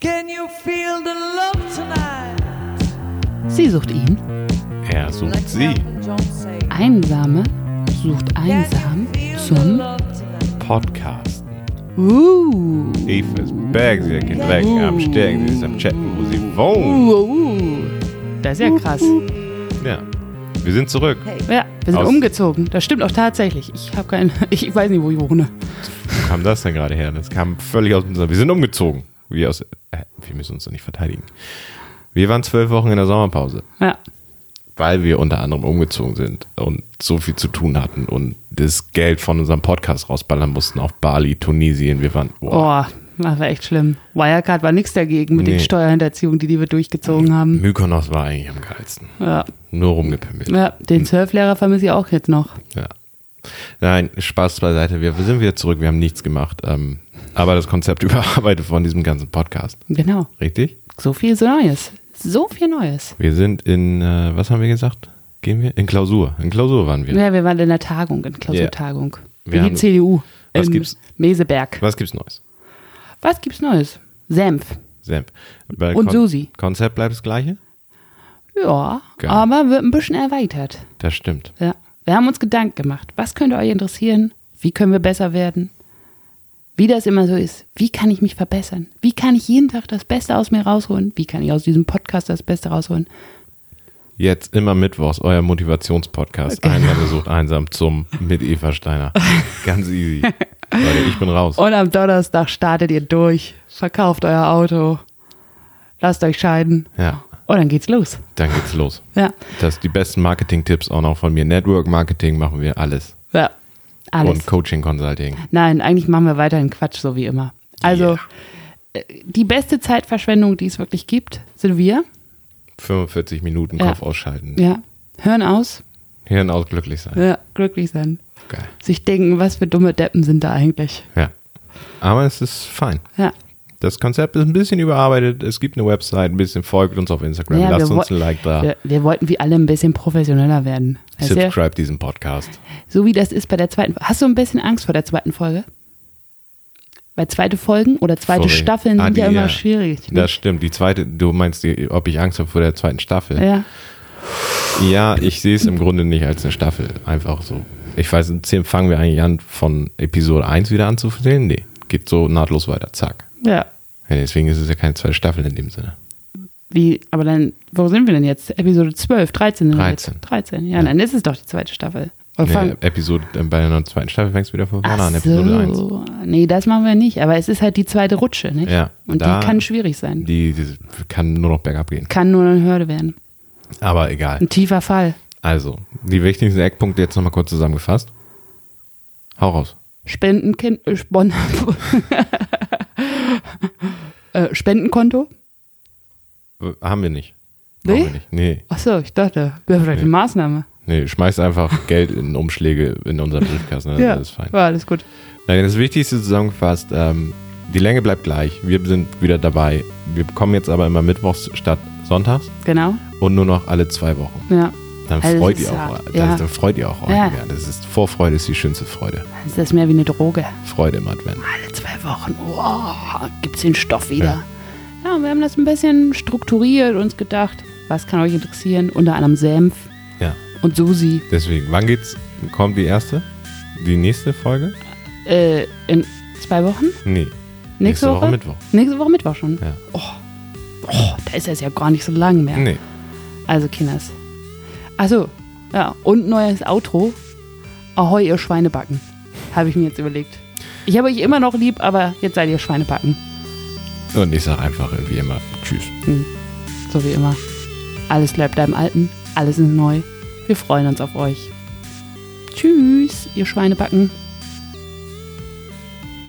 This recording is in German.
Can you feel the love tonight? Sie sucht ihn. Er sucht sie. Einsame sucht einsam zum. Podcast. Uh. Eve ist back, sie hat Dreck am Stärken, sie ist am Chatten, wo sie wohnt. Uh, uh. Das ist ja krass. Ja. Wir sind zurück. Ja, wir sind Aus- umgezogen. Das stimmt auch tatsächlich. Ich habe keinen. Ich weiß nicht, wo ich wohne. Wo kam das denn gerade her? Das kam völlig aus unserer. Wir sind umgezogen. Wir, aus, äh, wir müssen uns doch nicht verteidigen. Wir waren zwölf Wochen in der Sommerpause, Ja. weil wir unter anderem umgezogen sind und so viel zu tun hatten und das Geld von unserem Podcast rausballern mussten auf Bali, Tunesien. Wir waren. Boah, Boah, Oh, das war echt schlimm. Wirecard war nichts dagegen mit den Nee. Steuerhinterziehungen, die, die wir durchgezogen haben. Mykonos war eigentlich am geilsten. Ja. Nur rumgepimmelt. ja, den Surflehrer vermisse ich auch jetzt noch. Ja. Nein, Spaß beiseite. Wir sind wieder zurück. Wir haben nichts gemacht. Ähm, aber das Konzept überarbeitet von diesem ganzen Podcast. Genau. Richtig? So viel so Neues. So viel Neues. Wir sind in, äh, was haben wir gesagt? Gehen wir? In Klausur. In Klausur waren wir. Ja, wir waren in der Tagung, in Klausurtagung. Wir In die haben- CDU. Was in gibt's? Meseberg. Was gibt's Neues? Was gibt's Neues? Senf. Senf. Bei Und Susi. Konzept bleibt das gleiche? Ja, Geil. aber wird ein bisschen erweitert. Das stimmt. Ja. Wir haben uns Gedanken gemacht. Was könnte euch interessieren? Wie können wir besser werden? Wie das immer so ist. Wie kann ich mich verbessern? Wie kann ich jeden Tag das Beste aus mir rausholen? Wie kann ich aus diesem Podcast das Beste rausholen? Jetzt immer mittwochs, euer Motivationspodcast. Einsame sucht einsam zum mit Eva Steiner. Ganz easy. Leute, ich bin raus. Und am Donnerstag startet ihr durch. Verkauft euer Auto. Lasst euch scheiden. Ja, Und dann geht's los. dann geht's los. Ja. Das die besten Marketing-Tipps auch noch von mir. Network Marketing machen wir alles. Ja. Alles. Und Coaching Consulting. Nein, eigentlich machen wir weiterhin Quatsch, so wie immer. Also, Yeah. äh, die beste Zeitverschwendung, die es wirklich gibt, sind wir. 45 Minuten Ja. Kopf ausschalten. Ja. Hören aus. Hirn aus glücklich sein. Ja, glücklich sein. Geil. Sich denken, was für dumme Deppen sind da eigentlich. Ja. Aber es ist fein. Ja. Das Konzept ist ein bisschen überarbeitet. Es gibt eine Website, ein bisschen folgt uns auf Instagram. Naja, Lasst wir uns woll- ein Like da. Wir, wir wollten wie alle ein bisschen professioneller werden. Weißt du? Subscribe diesen Podcast. so wie das ist bei der zweiten. Hast du ein bisschen Angst vor der zweiten Folge? Weil zweite Folgen oder zweite Sorry. Staffeln Ah, sind die- ja immer schwierig. ne? Das stimmt. Die zweite, du meinst, die, ob ich Angst habe vor der zweiten Staffel? ja. Ja, ich sehe es im Grunde nicht als eine Staffel. Einfach so. Ich weiß, in 10 fangen wir eigentlich an, von Episode 1 wieder an zu erzählen. Nee, geht so nahtlos weiter. Zack. ja. Ja, deswegen ist es ja keine zweite Staffel in dem Sinne. Wie, aber dann, wo sind wir denn jetzt? Episode 12, 13 sind 13. wir jetzt. 13. Ja, dann ist es doch die zweite Staffel. Oder Nee, fang- Episode, äh, bei der zweiten Staffel fängst du wieder von vorne Ach an, Episode so. so. Nee, das machen wir nicht. Aber es ist halt die zweite Rutsche, nicht? Ja, Und da- die kann schwierig 1. sein. Die, die kann nur noch bergab gehen. Kann nur eine Hürde werden. Aber egal. Ein tiefer Fall. Also, die wichtigsten Eckpunkte jetzt nochmal kurz zusammengefasst. Hau raus. Spenden, äh, Spon äh, Spendenkonto? Äh, Haben wir nicht. Nee? Brauchen wir nicht. Nee, Achso, ich dachte, wäre vielleicht eine Maßnahme. nee, schmeiß einfach Geld in Umschläge in unseren Briefkasten. Dann Ja, Also ist fein. war alles gut. Nein, das Wichtigste zusammengefasst, ähm, die Länge bleibt gleich. Wir sind wieder dabei. Wir kommen jetzt aber immer mittwochs statt sonntags Genau, und nur noch alle zwei Wochen. ja. Dann Also freut es ihr ist auch. hart. Das, Ja. Dann freut ihr auch euch Ja. mehr. Das ist Vorfreude ist die schönste Freude. Das ist das mehr wie eine Droge. Freude im Advent. Alle zwei Wochen, wow, gibt's den Stoff wieder. Ja. und wir haben das ein bisschen strukturiert, uns gedacht, was kann euch interessieren? Unter anderem Senf Ja. und Susi. Deswegen, wann geht's? Kommt die erste? Die nächste Folge? Äh, in zwei Wochen? Nee. Nächste, Woche? Mittwoch. Nächste Woche Mittwoch schon. Ja. Oh, da ist das ja gar nicht so lang mehr. Nee. Also, Kinders. Achso, ja. Und neues Outro. Ahoi, ihr Schweinebacken. Habe ich mir jetzt überlegt. Ich habe euch immer noch lieb, aber jetzt seid ihr Schweinebacken. Und ich sag einfach irgendwie immer Tschüss. So wie immer. Alles bleibt beim Alten, alles ist neu. Wir freuen uns auf euch. Tschüss, ihr Schweinebacken.